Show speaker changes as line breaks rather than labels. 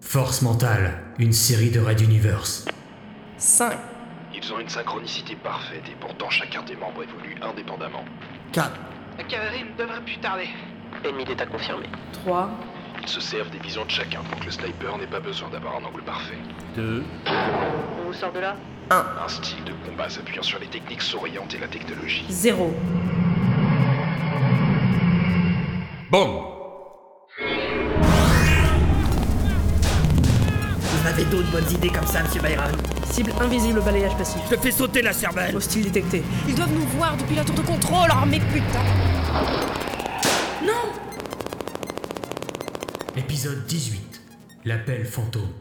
Force mentale, une série de Red Universe.
5,
Ils ont une synchronicité parfaite et pourtant chacun des membres évolue indépendamment.
4,
La cavalerie ne devrait plus tarder. Ennemi d'état confirmé.
3,
Ils se servent des visions de chacun, donc le sniper n'ait pas besoin d'avoir un angle parfait.
2,
On vous sort de là
Un style de combat s'appuyant sur les techniques souriantes et la technologie.
0.
Bon
Vous avez d'autres bonnes idées comme ça, monsieur Byron
Cible invisible au balayage passif.
Je te fais sauter la cervelle
Hostile détecté.
Ils doivent nous voir depuis la tour de contrôle, armée de putain
Épisode 18. L'appel fantôme.